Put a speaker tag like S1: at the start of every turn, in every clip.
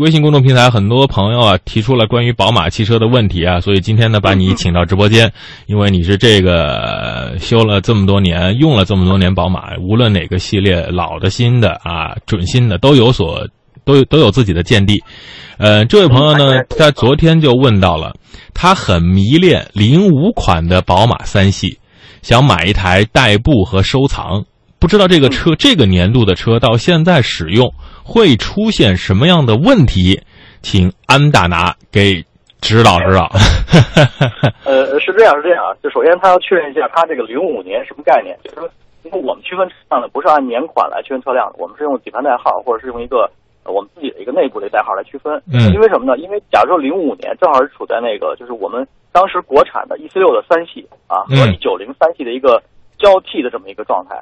S1: 微信公众平台很多朋友啊提出了关于宝马汽车的问题啊，所以今天呢把你请到直播间，因为你是这个修了这么多年、用了这么多年宝马，无论哪个系列，老的、新的啊、准新的都有所都有都有自己的见地。呃，这位朋友呢，他昨天就问到了，他很迷恋零五款的宝马三系，想买一台代步和收藏。不知道这个车这个年度的车到现在使用会出现什么样的问题？请安大拿给指导指导。
S2: 呃，是这样，是这样啊。就首先他要确认一下，他这个零五年什么概念？就是说，因为我们区分车辆呢，不是按年款来区分车辆的，我们是用底盘代号，或者是用一个呃我们自己的一个内部的代号来区分。
S1: 嗯
S2: 因为什么呢？因为假如说零五年正好是处在那个，就是我们当时国产的 E C 六的三系啊和
S1: 嗯
S2: E 九零三系的一个交替的这么一个状态。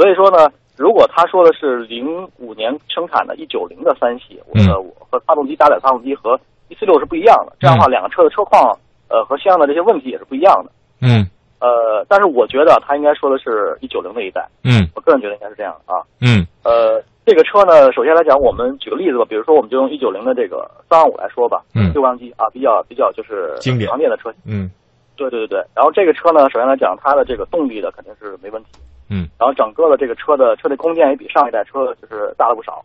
S2: 所以说呢，如果他说的是零五年生产的一九零的三系，我
S1: 嗯
S2: 呃我和发动机搭载发动机和一四六是不一样的，这样的话两个车的车况呃和相应的这些问题也是不一样的。
S1: 嗯
S2: 呃，但是我觉得他应该说的是一九零那一代，
S1: 嗯
S2: 我个人觉得应该是这样的啊。
S1: 嗯
S2: 呃，这个车呢，首先来讲，我们举个例子吧，比如说我们就用一九零的这个三二五来说吧，
S1: 嗯
S2: 六缸机啊，比较比较就是
S1: 经典
S2: 常见的车型。
S1: 嗯
S2: 对对对对，然后这个车呢，首先来讲，它的这个动力的肯定是没问题，
S1: 嗯，
S2: 然后整个的这个车的车内空间也比上一代车就是大了不少，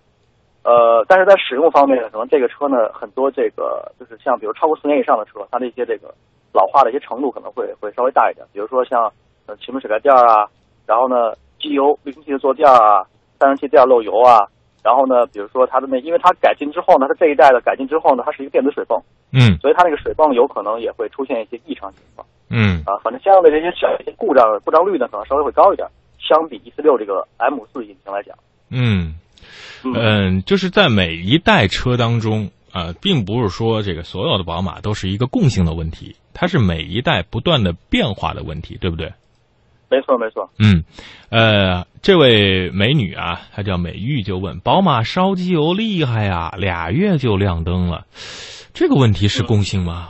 S2: 呃，但是在使用方面呢，可能这个车呢，很多这个就是像比如超过四年以上的车，它的一些这个老化的一些程度可能会会稍微大一点，比如说像呃气门水盖垫儿啊，然后呢机油滤清器的坐垫儿啊，散热器垫儿漏油啊，然后呢，比如说它的那，因为它改进之后呢，它这一代的改进之后呢，它是一个电子水泵，
S1: 嗯
S2: 所以它那个水泵有可能也会出现一些异常情况。
S1: 嗯
S2: 啊，反正相应的这些小一些故障故障率呢，可能稍微会高一点，相比 E 四六这个 M 四引擎来讲。
S1: 嗯。嗯，就是在每一代车当中啊、呃并不是说这个所有的宝马都是一个共性的问题，它是每一代不断的变化的问题，对不对？
S2: 没错没错，
S1: 嗯，呃，这位美女啊，她叫美玉，就问宝马烧机油厉害呀，俩月就亮灯了，这个问题是共性吗？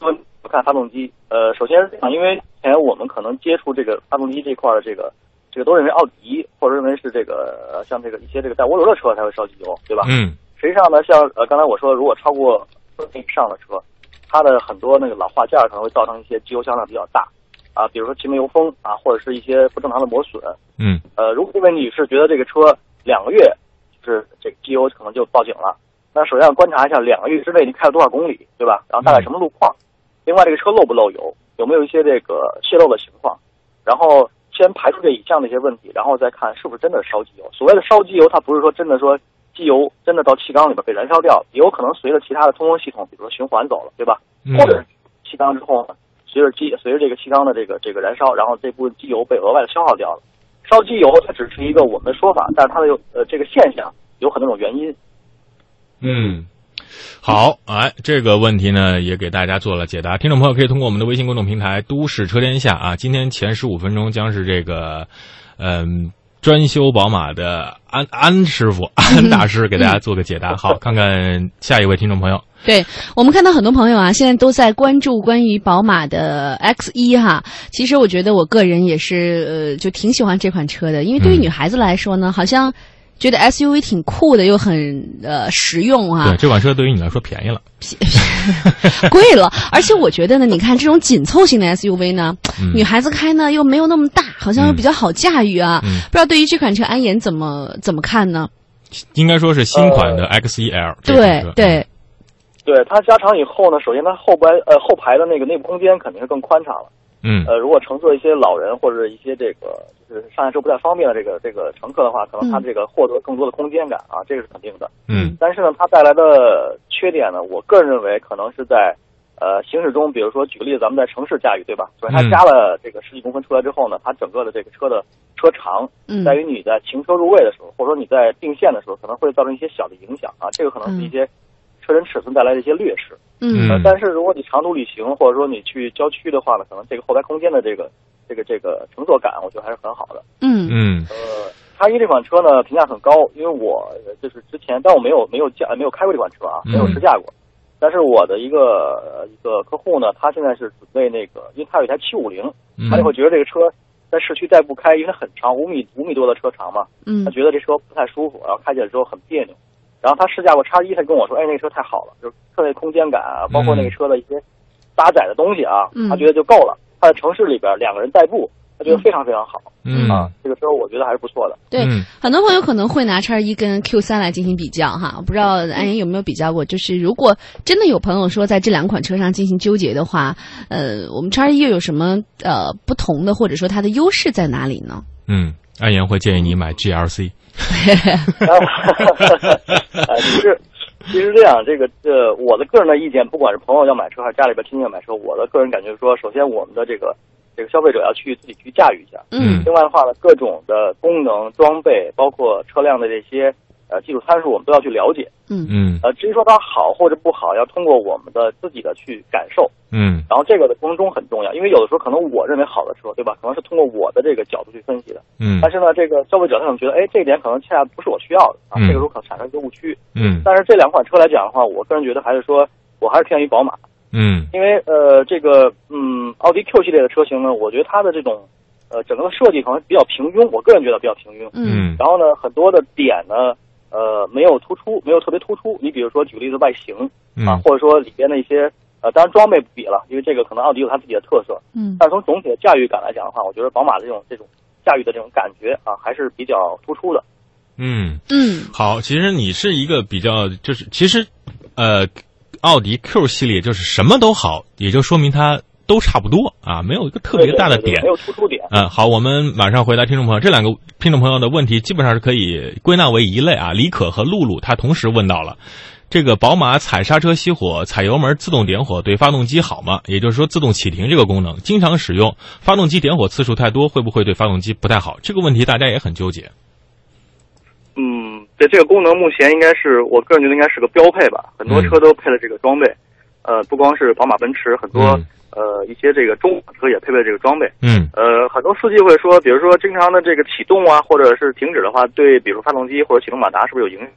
S2: 问不看发动机，呃，首先是这样，因为之前我们可能接触这个发动机这块儿的这个这个都认为奥迪或者认为是这个呃像这个一些这个带涡轮的车才会烧机油，对吧？
S1: 嗯
S2: 实际上呢，像呃刚才我说，如果超过四年以上的车，它的很多那个老化件儿可能会造成一些机油箱量比较大啊，比如说气门油封啊，或者是一些不正常的磨损，
S1: 嗯
S2: 呃，如果这位女士觉得这个车两个月就是这个机油可能就报警了，那首先要观察一下两个月之内你开了多少公里，对吧？然后大概什么路况，另外这个车漏不漏油，有没有一些这个泄漏的情况，然后先排除这以上的一些问题，然后再看是不是真的烧机油。所谓的烧机油，它不是说真的说机油真的到气缸里边被燃烧掉了，也有可能随着其他的通风系统，比如说循环走了，对吧？
S1: 嗯
S2: 或者气缸之后呢，随着机随着这个气缸的这个这个燃烧，然后这部分机油被额外的消耗掉了。烧机油它只是一个我们的说法，但是它的有呃这个现象有很多种原因。
S1: 嗯，好，哎，这个问题呢也给大家做了解答。听众朋友可以通过我们的微信公众平台“都市车天下”啊，今天前十五分钟将是这个，嗯、专修宝马的安安师傅、
S2: 嗯
S1: 安大师给大家做个 解答。好，看看下一位听众朋友。
S3: 对我们看到很多朋友啊，现在都在关注关于宝马的 X 1哈。其实我觉得我个人也是呃，就挺喜欢这款车的，因为对于
S1: 嗯
S3: 女孩子来说呢，好像觉得 SUV 挺酷的，又很呃实用啊
S1: 对，，这款车对于你来说便宜了。
S3: 贵了。而且我觉得呢，你看这种紧凑型的 SUV 呢，
S1: 嗯
S3: 女孩子开呢又没有那么大，好像又比较好驾驭啊。
S1: 嗯
S3: 不知道对于这款车，安妍怎么怎么看呢？
S1: 应该
S2: 呃
S1: 说是新款的 X1L 这款
S3: 对
S1: 车。
S3: 对，
S2: 对它加长以后呢，首先它后排呃后排的那个内部空间肯定是更宽敞了。
S1: 嗯，
S2: 呃，如果乘坐一些老人或者一些这个就是上下车不太方便的这个这个乘客的话，可能它
S3: 嗯
S2: 这个获得更多的空间感啊，这个是肯定的。
S1: 嗯
S2: 但是呢，它带来的缺点呢，我个人认为可能是在呃行驶中，比如说举个例子，咱们在城市驾驭，对吧？所以它
S1: 嗯
S2: 加了这个十几公分出来之后呢，它整个的这个车的车长，
S3: 嗯
S2: 在于你在停车入位的时候，或者说你在并线的时候，可能会造成一些小的影响啊，这个可能是一些车身尺寸带来的一些劣势。
S3: 嗯
S2: 呃
S1: 嗯，
S2: 但是如果你长途旅行，或者说你去郊区的话呢，可能这个后排空间的这个这个这个乘坐感，我觉得还是很好的。
S3: 嗯
S1: 嗯
S2: 呃，叉一这款车呢评价很高，因为我呃就是之前，但我没有没有驾呃没有开过这款车啊，
S1: 嗯
S2: 没有试驾过。但是我的一个呃一个客户呢，他现在是准备那个，因为他有一台七五零，
S1: 嗯
S2: 他就会觉得这个车在市区代步开，因为它很长，五米五米多的车长嘛，
S3: 嗯
S2: 他觉得这车不太舒服，然后开起来之后很别扭。然后他试驾过叉一，他跟我说，哎，那个车太好了，就是车内空间感啊，包括那个
S1: 嗯
S2: 车的一些搭载的东西啊，
S3: 嗯
S2: 他觉得就够了。他在城市里边两个人代步，他觉得非常非常好。
S1: 嗯
S2: 啊，这个车我觉得还是不错的。
S3: 对，
S1: 嗯
S3: 很多朋友可能会拿叉一跟 Q 三来进行比较哈，不知道安然有没有比较过？就是如果真的有朋友说在这两款车上进行纠结的话，呃，我们叉一又有什么呃不同的，或者说它的优势在哪里呢？
S1: 嗯，安言会建议你买 GLC。
S2: 呃，其实其实这样，这个呃，我的个人的意见，不管是朋友要买车还是家里边亲戚要买车，我的个人感觉说，首先我们的这个这个消费者要去自己去驾驭一下。
S1: 嗯
S2: 另外的话呢，各种的功能、装备，包括车辆的这些呃技术参数，我们都要去了解。
S3: 嗯
S1: 嗯
S2: 呃，至于说它好或者不好，要通过我们的自己的去感受。
S1: 嗯
S2: 然后这个的过程中很重要，因为有的时候可能我认为好的车，对吧？可能是通过我的这个角度去分析的。
S1: 嗯
S2: 但是呢，这个消费者他可能觉得，哎，这一点可能恰恰不是我需要的啊，
S1: 嗯
S2: 这个时候可能产生一些误区。
S1: 嗯
S2: 但是这两款车来讲的话，我个人觉得还是说，我还是偏向于宝马，
S1: 嗯
S2: 因为呃，这个嗯，奥迪 Q 系列的车型呢，我觉得它的这种呃整个的设计可能比较平庸，我个人觉得比较平庸。
S1: 嗯
S3: 嗯
S2: 然后呢，很多的点呢，呃，没有突出，没有特别突出。你比如说，举个例子，外形啊，
S1: 嗯
S2: 或者说里边的一些呃，当然装备不比了，因为这个可能奥迪有它自己的特色。
S3: 嗯
S2: 但是从总体的驾驭感来讲的话，我觉得宝马的这种这种驾驭的这种感觉啊，还是比较突出的。
S1: 嗯，
S3: 嗯
S1: 好，其实你是一个比较，就是其实，呃，奥迪 Q 系列就是什么都好，也就说明它都差不多啊，没有一个特别大的
S2: 对对对
S1: 点
S2: 对没。有突出点。
S1: 嗯，好，我们马上回答听众朋友这两个听众朋友的问题，基本上是可以归纳为一类啊。李可和露露她同时问到了，这个宝马踩刹车熄火、踩油门自动点火对发动机好吗？也就是说，自动启停这个功能经常使用，发动机点火次数太多会不会对发动机不太好？这个问题大家也很纠结。
S2: 嗯，对这个功能，目前应该是我个人觉得应该是个标配吧，很
S1: 嗯
S2: 多车都配了这个装备。呃，不光是宝马、奔驰，很多、
S1: 嗯
S2: 呃一些这个中国车也配备这个装备。
S1: 嗯
S2: 呃，很多司机会说，比如说经常的这个启动啊，或者是停止的话，对，比如发动机或者启动马达是不是有影响？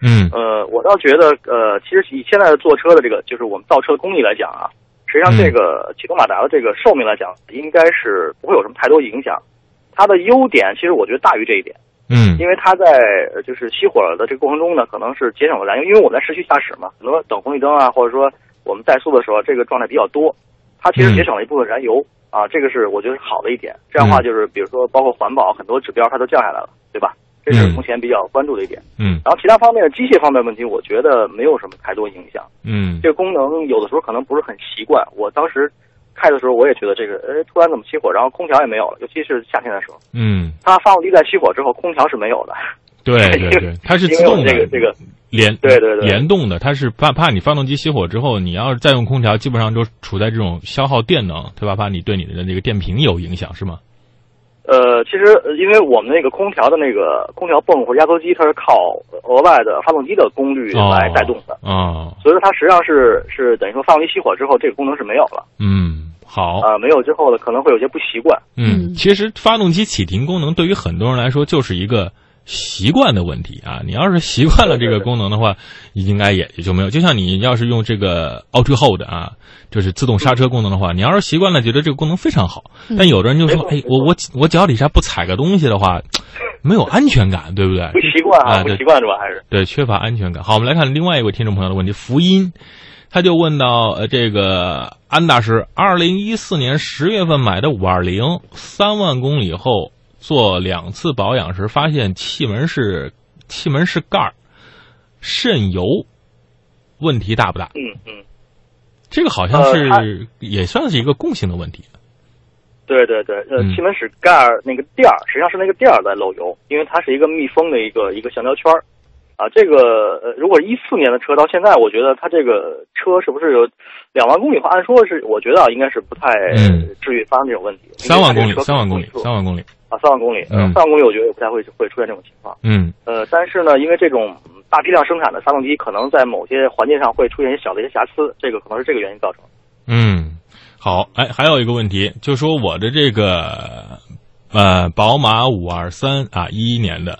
S1: 嗯
S2: 呃，我倒觉得，呃，其实以现在的坐车的这个，就是我们造车的工艺来讲啊，实际
S1: 嗯
S2: 上这个启动马达的这个寿命来讲，应该是不会有什么太多影响。它的优点其实我觉得大于这一点，
S1: 嗯
S2: 因为它在呃就是熄火的这个过程中呢，可能是节省了燃油，因为我们在市区驾驶嘛，很多等红绿灯啊，或者说我们怠速的时候，这个状态比较多，它
S1: 嗯
S2: 其实节省了一部分燃油啊，这个是我觉得是好的一点。这样的
S1: 嗯
S2: 话就是，比如说包括环保很多指标它都降下来了，对吧？这是
S1: 嗯
S2: 目前比较关注的一点。
S1: 嗯
S2: 然后其他方面的机械方面问题，我觉得没有什么太多影响。
S1: 嗯
S2: 这个功能有的时候可能不是很习惯，我当时开的时候我也觉得这个，哎，突然怎么熄火，然后空调也没有了，尤其是夏天的时候，
S1: 嗯，
S2: 它发动机在熄火之后，空调是没有的。
S1: 对对对，它是自动的，
S2: 因为我这个这个
S1: 联
S2: 对对对
S1: 联动的，它是怕怕你发动机熄火之后，你要是再用空调，基本上就处在这种消耗电能，对吧？怕你对你的那个电瓶有影响，是吗？
S2: 呃，其实呃因为我们那个空调的那个空调泵或者压缩机，它是靠额外的发动机的功率
S1: 哦
S2: 来带动的，
S1: 哦，
S2: 所以说它实际上是是等于说发动机熄火之后，这个功能是没有了
S1: 嗯，好，
S2: 啊、没有之后呢，可能会有些不习惯。
S1: 嗯，
S3: 嗯
S1: 其实发动机启停功能对于很多人来说就是一个习惯的问题啊。你要是习惯了这个功能的话，应该也也就没有。就像你要是用这个 Ultra Hold 啊，就是自动刹车功能的话，你要是习惯了，觉得这个功能非常好。
S3: 嗯
S1: 但有的人就说，
S2: 没错
S1: 哎
S2: 没，错
S1: 我我我脚底下不踩个东西的话，没有安全感，对不对？
S2: 不习惯
S1: 啊
S2: 啊，不
S1: 对
S2: 习惯是吧？还是
S1: 对，缺乏安全感。好，我们来看另外一位听众朋友的问题，福音，他就问到呃，这个安大师，二零一四年十月份买的五二零，三万公里后做两次保养时，发现气门是气门是盖儿渗油，问题大不大？
S2: 嗯嗯，
S1: 这个好像
S2: 呃
S1: 是、
S2: 它
S1: 也算是一个共性的问题。
S2: 对对对，呃，
S1: 嗯
S2: 气门室盖儿那个垫儿，实际上是那个垫儿在漏油，因为它是一个密封的一个一个橡胶圈儿。啊，这个呃，如果一四年的车到现在，我觉得它这个车是不是有两万公里的话？按说是，我觉得啊，应该是不太
S1: 嗯
S2: 至于发生这种问题。
S1: 三万
S2: 因
S1: 公
S2: 为
S1: 里
S2: 它这个，车
S1: 三万公里
S2: 公里，数
S1: 三万公里。
S2: 啊，三万公里，呃
S1: 嗯
S2: 三万公里，我觉得也不太会会出现这种情况。
S1: 嗯
S2: 呃，但是呢，因为这种嗯大批量生产的发动机，可能在某些环节上会出现一些小的一些瑕疵，这个可能是这个原因造成的。
S1: 嗯，好，哎，还有一个问题，就说我的这个呃，宝马五二三啊，一一年的，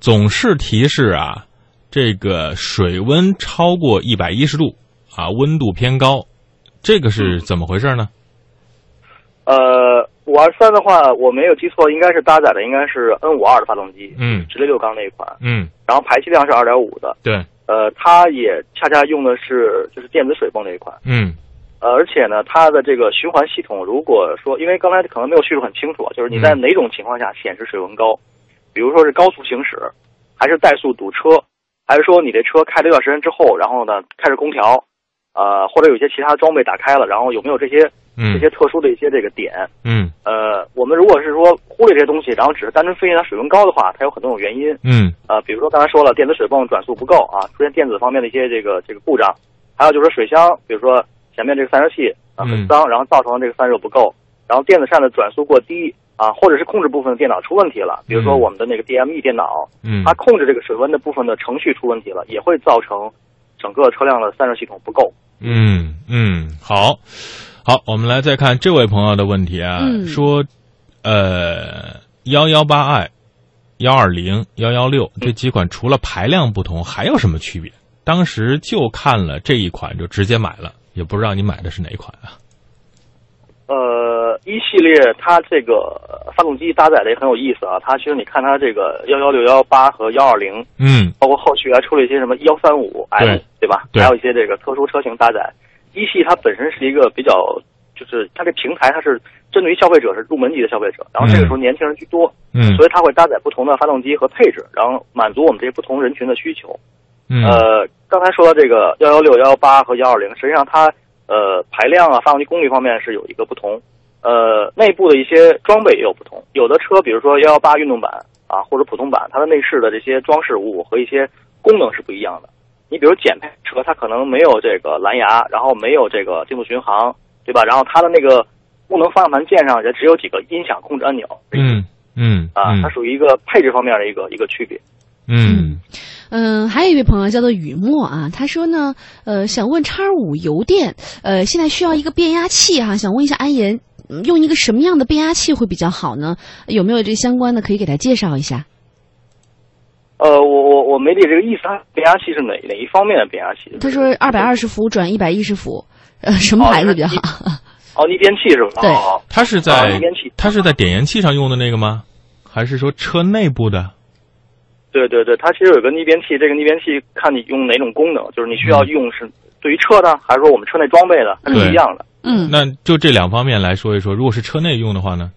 S1: 总是提示啊，这个水温超过一百一十度啊，温度偏高，这个是怎么回事呢？
S2: 呃，五二三的话，我没有记错，应该是搭载的应该是 N 五二的发动机，
S1: 嗯
S2: 直列六缸那一款，
S1: 嗯，
S2: 然后排气量是二点五的，
S1: 对，
S2: 呃，它也恰恰用的是就是电子水泵这一款，
S1: 嗯
S2: 呃，而且呢，它的这个循环系统，如果说因为刚才可能没有叙述很清楚啊，就是你在
S1: 嗯
S2: 哪种情况下显示水温高，比如说是高速行驶，还是怠速堵车，还是说你这车开了一段时间之后，然后呢开着空调，呃，或者有一些其他装备打开了，然后有没有这些这
S1: 嗯
S2: 些特殊的一些这个点？
S1: 嗯
S2: 呃，我们如果是说忽略这些东西，然后只是单纯分析它水温高的话，它有很多种原因。
S1: 嗯
S2: 呃，比如说刚才说了，电子水泵转速不够啊，出现电子方面的一些这个这个故障，还有就是说水箱，比如说前面这个散热器啊
S1: 嗯
S2: 很脏，然后造成这个散热不够，然后电子扇的转速过低啊，或者是控制部分的电脑出问题了，比如说
S1: 嗯
S2: 我们的那个 DME 电脑，
S1: 嗯
S2: 它控制这个水温的部分的程序出问题了，也会造成整个车辆的散热系统不够。
S1: 嗯嗯，好，好，我们来再看这位朋友的问题啊，
S3: 嗯
S1: 说，呃，幺幺八 i、幺二零、幺幺六这几款除了排量不同，还有什么区别？当时就看了这一款，就直接买了，也不知道你买的是哪一款啊？
S2: 呃，一系列它这个发动机搭载的也很有意思啊，它其实你看它这个幺幺六幺八和幺二零。
S1: 嗯
S2: 包括后续还出了一些什么幺三五 M，
S1: 对
S2: 对吧？
S1: 对
S2: 还有一些这个特殊车型搭载。一系它本身是一个比较，就是它这平台它是针对于消费者是入门级的消费者，然后这个时候年轻人居多，
S1: 嗯
S2: 所以它会搭载不同的发动机和配置，然后满足我们这些不同人群的需求。
S1: 嗯
S2: 呃，刚才说到这个幺幺六、幺幺八和幺二零，实际上它呃排量啊、发动机功率方面是有一个不同，呃，内部的一些装备也有不同。有的车，比如说幺幺八运动版啊或者普通版，它的内饰的这些装饰物和一些功能是不一样的。你比如减配车，它可能没有这个蓝牙，然后没有这个定速巡航，对吧？然后它的那个功能方向盘键上也只有几个音响控制按钮，
S1: 嗯嗯
S2: 啊，
S1: 嗯
S2: 它属于一个配置方面的一个一个区别。
S1: 嗯
S3: 嗯，还有一位朋友叫做雨墨啊，他说呢，呃，想问叉五油电，呃，现在需要一个变压器哈、想问一下安妍，嗯用一个什么样的变压器会比较好呢？有没有这相关的可以给他介绍一下？
S2: 呃，我我我没理解这个意思，它变压器是哪哪一方面的变压器？
S3: 他说二百二十伏转一百一十伏，呃，什么牌子比较好？
S2: 哦，逆变器是吧？
S3: 对
S2: 哦，
S1: 它是
S2: 啊
S1: 在
S2: 点烟器
S1: 它是在点烟器上用的那个吗？还是说车内部的？
S2: 对对对，它其实有一个逆变器，这个逆变器看你用哪种功能，就是你需要用是对于车的，还是说我们车内装备的，它是不
S1: 嗯对
S2: 一样的。
S3: 嗯
S1: 那就这两方面来说一说。如果是车内用的话呢？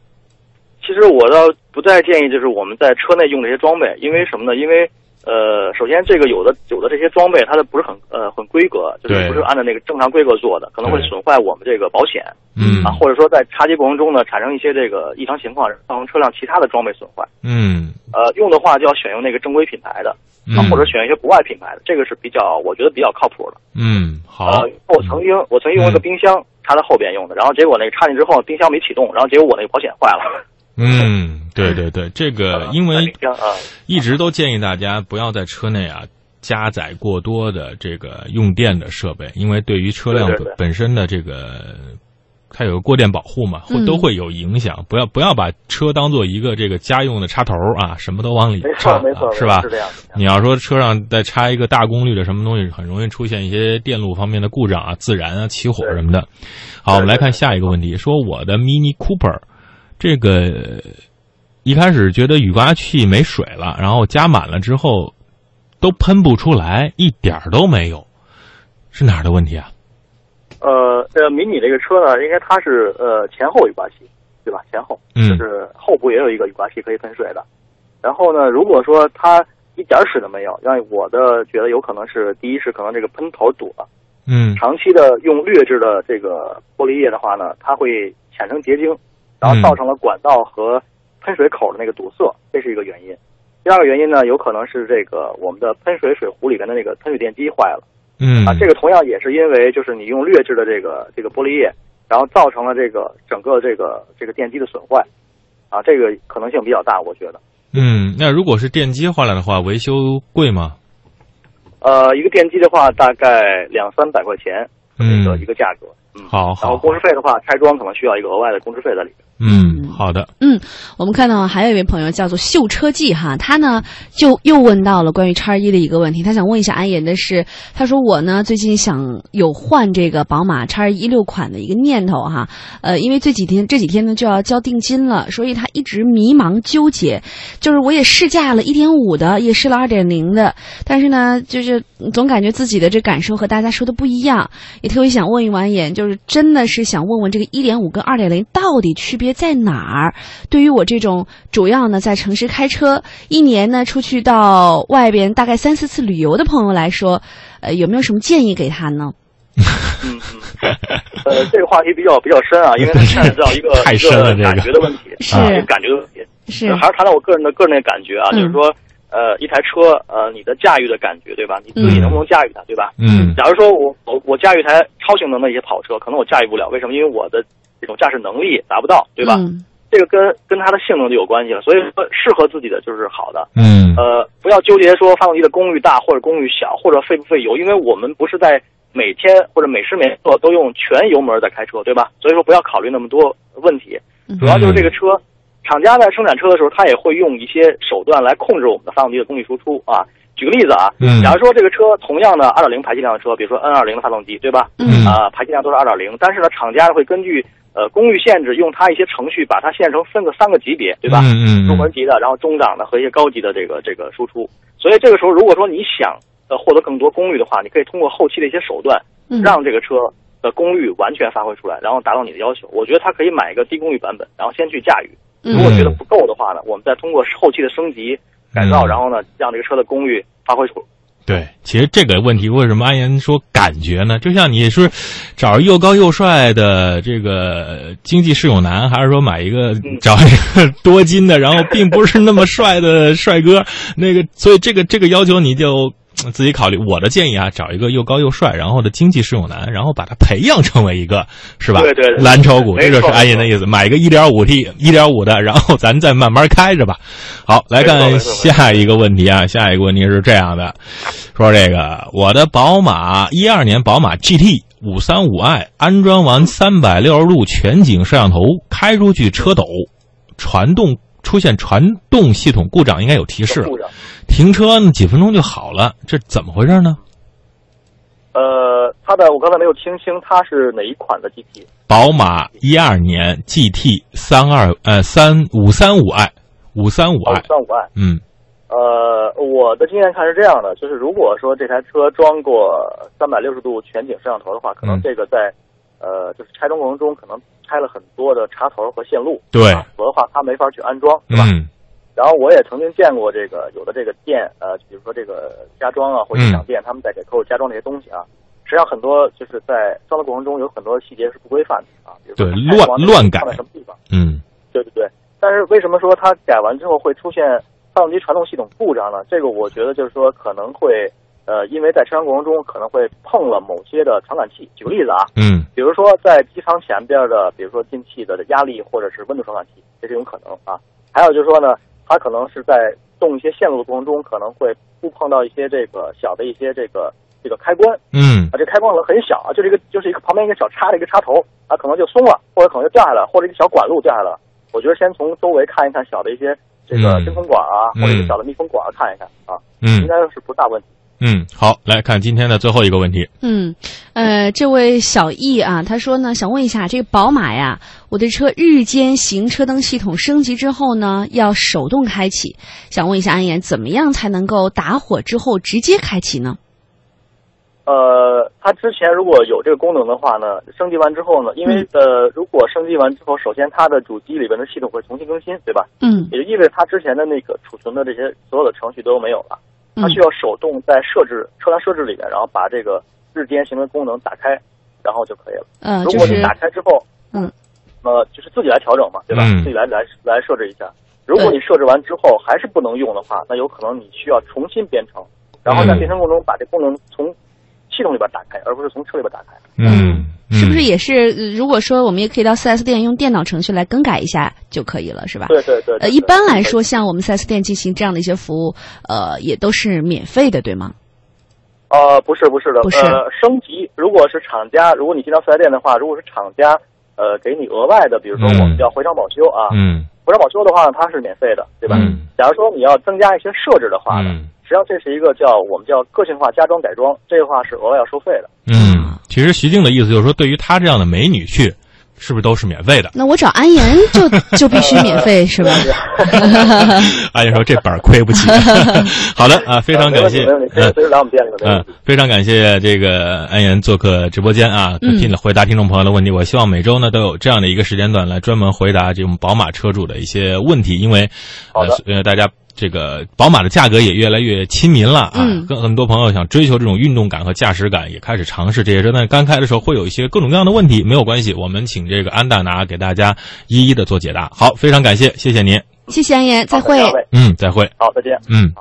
S2: 其实我倒不太建议，就是我们在车内用这些装备，因为什么呢？因为呃，首先这个有的有的这些装备它的不是很呃很规格，就是
S1: 对
S2: 不是按照那个正常规格做的，可能会
S1: 对
S2: 损坏我们这个保险
S1: 嗯
S2: 啊，或者说在插接过程中呢产生一些这个异常情况，造成车辆其他的装备损坏。
S1: 嗯
S2: 呃，用的话就要选用那个正规品牌的，
S1: 嗯
S2: 啊，或者选一些国外品牌的，这个是比较我觉得比较靠谱的。
S1: 嗯，好嗯
S2: 呃，，我曾经我曾经用过一个冰箱插在后边用的，然后结果那个插进之后冰箱没启动，然后结果我那个保险坏了。
S1: 嗯，对对对，这个
S2: 啊
S1: 因
S2: 在
S1: 为
S2: 冰箱啊，
S1: 一直都建议大家不要在车内啊加载过多的这个用电的设备，因为对于车辆
S2: 对对
S1: 本
S2: 对
S1: 本身的这个。它有个过电保护嘛，会
S3: 嗯
S1: 都会有影响。不要不要把车当做一个这个家用的插头啊，什么都往里
S2: 没
S1: 插
S2: 错，没错
S1: 啊，是吧？
S2: 是这样。
S1: 你要说车上再插一个大功率的什么东西，很容易出现一些电路方面的故障啊、自燃啊、起火什么的。好，我们来看下一个问题，说我的 Mini Cooper 这个一开始觉得雨刮器没水了，然后加满了之后都喷不出来，一点儿都没有，是哪儿的问题啊？
S2: 呃，呃，迷你这个车呢，应该它是呃前后雨刮器，对吧？前后
S1: 嗯
S2: 就是后部也有一个雨刮器可以喷水的。然后呢，如果说它一点水都没有，让我的觉得有可能是第一是可能这个喷头堵了。
S1: 嗯
S2: 长期的用劣质的这个玻璃液的话呢，它会产生结晶，然后造成了管道和喷水口的那个堵塞，这是一个原因。第二个原因呢，有可能是这个我们的喷水水壶里面的那个喷水电机坏了
S1: 嗯
S2: 啊，这个同样也是因为就是你用劣质的这个这个玻璃液，然后造成了这个整个这个这个电机的损坏，啊，这个可能性比较大，我觉得。
S1: 嗯，那如果是电机坏了的话，维修贵吗？
S2: 呃，一个电机的话大概两三百块钱，这
S1: 嗯
S2: 个一个价格，嗯，
S1: 好
S2: 然后
S1: 好，
S2: 工时费的话，拆装可能需要一个额外的工时费在里面。
S1: 嗯好的，
S3: 嗯，我们看到还有一位朋友叫做秀车记哈，他呢就又问到了关于叉一的一个问题，他想问一下安言的是，他说我呢最近想有换这个宝马叉一六款的一个念头哈，呃，因为这几天这几天呢就要交定金了，所以他一直迷茫纠结，就是我也试驾了一点五的，也试了二点零的，但是呢，就是总感觉自己的这感受和大家说的不一样，也特别想问一问安言，就是真的是想问问这个一点五跟二点零到底区别在哪儿？对于我这种主要呢在城市开车，一年呢出去到外边大概三四次旅游的朋友来说，呃，有没有什么建议给他呢？
S2: 嗯嗯，呃，这个话题比较比较深啊，因为它牵扯到一个
S1: 太
S2: 一
S1: 深了
S2: 个
S1: 这个
S2: 感觉的问题，
S3: 是
S2: 啊一个感觉的问题，
S3: 是
S2: 还是谈到我个人的个人的感觉啊，
S3: 嗯
S2: 就是说，呃，一台车，呃，你的驾驭的感觉，对吧？你自己
S1: 嗯
S2: 能不能驾驭它，对吧？
S1: 嗯
S2: 假如说我我我驾驭一台超性能的一些跑车，可能我驾驭不了，为什么？因为我的这种驾驶能力达不到，对吧？
S3: 嗯
S2: 这个跟跟它的性能就有关系了，所以说适合自己的就是好的。
S1: 嗯
S2: 呃，不要纠结说发动机的功率大或者功率小，或者费不费油，因为我们不是在每天或者每时每刻都用全油门在开车，对吧？所以说不要考虑那么多问题，
S3: 嗯
S2: 主要就是这个车，厂家在生产车的时候，它也会用一些手段来控制我们的发动机的功率输出啊。举个例子啊，
S1: 嗯
S2: 假如说这个车同样的2.0排气量的车，比如说 N20 的发动机，对吧？
S3: 嗯
S2: 啊、排气量都是2.0，但是呢，厂家会根据呃功率限制，用它一些程序把它限制成分个三个级别，对吧？
S1: 嗯嗯
S2: 中文级的，然后中档的和一些高级的这个这个输出。所以这个时候，如果说你想呃获得更多功率的话，你可以通过后期的一些手段，
S3: 嗯
S2: 让这个车的功率完全发挥出来，然后达到你的要求。我觉得它可以买一个低功率版本，然后先去驾驭。
S3: 嗯
S2: 如果觉得不够的话呢，我们再通过后期的升级改造，
S1: 嗯
S2: 然后呢让这个车的功率发挥出
S1: 对，其实这个问题为什么安言说感觉呢？就像你是找又高又帅的这个经济适用男，还是说买一个
S2: 嗯
S1: 找一个多金的，然后并不是那么帅的帅哥？ 那个，所以这个这个要求你就呃自己考虑。我的建议啊，找一个又高又帅，然后的经济适用男，然后把他培养成为一个是吧？
S2: 对对对
S1: 蓝筹股，这
S2: 没
S1: 就
S2: 错
S1: 是安言的意思。买一个一点五 T、一点五的，然后咱再慢慢开着吧。好，来
S2: 没错
S1: 看
S2: 没错没错
S1: 下一个问题啊，下一个问题是这样的，说这个我的宝马一二年宝马 GT 五三五 i 安装完三百六十度全景摄像头，开出去车斗，传动出现传动系统故障，应该有提示
S2: 的
S1: 了
S2: 故障。
S1: 停车呢几分钟就好了，这怎么回事呢？
S2: 呃，它的我刚才没有听清，它是哪一款的 GT？
S1: 宝马一二年 GT 三二呃三五三五 i 五三五
S2: 哦
S1: i，
S2: 三五 i。
S1: 嗯
S2: 呃，我的经验看是这样的，就是如果说这台车装过三百六十度全景摄像头的话，可能
S1: 嗯
S2: 这个在、呃就是拆装过程中可能拆了很多的插头和线路，
S1: 对
S2: 啊否则的话它没法去安装，对吧？
S1: 嗯
S2: 然后我也曾经见过这个有的这个店，呃，比如说这个家装啊
S1: 嗯
S2: 或者小店，他们在给客户加装这些东西啊，实际上很多就是在装的过程中有很多细节是不规范的啊，比如说
S1: 对
S2: 它
S1: 乱
S2: 开关
S1: 乱改
S2: 放在什么地方。
S1: 嗯
S2: 对对对，但是为什么说它改完之后会出现发动机传动系统故障呢？这个我觉得就是说可能会呃，因为在车辆过程中可能会碰了某些的传感器。举个例子啊，
S1: 嗯
S2: 比如说在机舱前边的，比如说进气的压力或者是温度传感器，这是一种可能啊。还有就是说呢，它可能是在动一些线路的过程中，可能会触碰到一些这个小的一些这个这个开关，
S1: 嗯
S2: 啊，这开关可能很小啊，就是一个就是一个旁边一个小插的一个插头啊，可能就松了，或者可能就掉下来了，或者一个小管路掉下来了。我觉得先从周围看一看小的一些这个
S1: 嗯
S2: 真空管啊，
S1: 嗯
S2: 或者一个小的密封管啊看一看啊，应
S1: 嗯
S2: 该是不大问题。
S1: 嗯，好，来看今天的最后一个问题。
S3: 嗯，呃，这位小易啊，他说呢，想问一下，这个宝马呀，我的车日间行车灯系统升级之后呢，要手动开启，想问一下安言，怎么样才能够打火之后直接开启呢？
S2: 呃，它之前如果有这个功能的话呢，升级完之后呢，因为、
S1: 嗯
S2: 呃，如果升级完之后，首先它的主机里边的系统会重新更新，对吧？
S3: 嗯
S2: 也就意味着它之前的那个储存的这些所有的程序都没有了，它
S3: 嗯
S2: 需要手动在设置车辆设置里边，然后把这个日间行车功能打开，然后就可以了。
S3: 呃，
S2: 如
S3: 就
S2: 果
S3: 是
S2: 你打开之后，
S3: 嗯，
S2: 呃，就是自己来调整嘛，对吧？
S1: 嗯
S2: 自己来来来设置一下。如果你设置完之后还是不能用的话，那有可能你需要重新编程，然后在
S1: 嗯
S2: 编程过程中把这功能从系统里边打开，而不是从车里边打开。
S3: 啊
S1: 嗯，
S3: 是不是也是？呃如果说我们也可以到 4S 店用电脑程序来更改一下就可以了，是吧？
S2: 对对对。
S3: 呃，
S2: 对
S3: 一
S2: 对
S3: 般
S2: 对
S3: 来
S2: 对
S3: 说，像我们 4S 店进行这样的一些服务，呃，也都是免费的，对吗？
S2: 呃，不是不是的，
S3: 不是
S2: 呃，升级如果是厂家，如果你进到四 S 店的话，如果是厂家呃给你额外的，比如说我们叫回厂保修啊，
S1: 嗯
S2: 回厂保修的话呢，它是免费的，对吧？
S1: 嗯
S2: 假如说你要增加一些设置的话呢，
S1: 嗯
S2: 实际上这是一个叫我们叫个性化家装改装，这个话是额外要收费的。
S1: 嗯。其实徐静的意思就是说，对于她这样的美女去，是不是都是免 费的？
S3: 那我找安妍就就必须免费是吧？
S1: 阿哎燕说这本儿亏不 起。好的啊，非常感谢
S2: 没问题，没问题
S1: 嗯
S2: 随时来我们店里头。没问
S1: 嗯
S2: 题，
S1: 非常感谢这个安岩做客直播间啊，
S3: 嗯
S1: 听了回答听众朋友的问题。我希望每周呢都有这样的一个时间段来专门回答这种宝马车主的一些问题，因为
S2: 好
S1: 呃
S2: 的
S1: 呃大家。这个宝马的价格也越来越亲民了啊，
S3: 嗯
S1: 跟很多朋友想追求这种运动感和驾驶感，也开始尝试这些车。但刚开的时候会有一些各种各样的问题，没有关系，我们请这个安大拿给大家一一的做解答。好，非常感谢，谢谢您，
S3: 谢谢安妍，再
S2: 好的
S3: 会
S2: 两。位
S1: 嗯，再会，
S2: 好，再见。
S1: 嗯。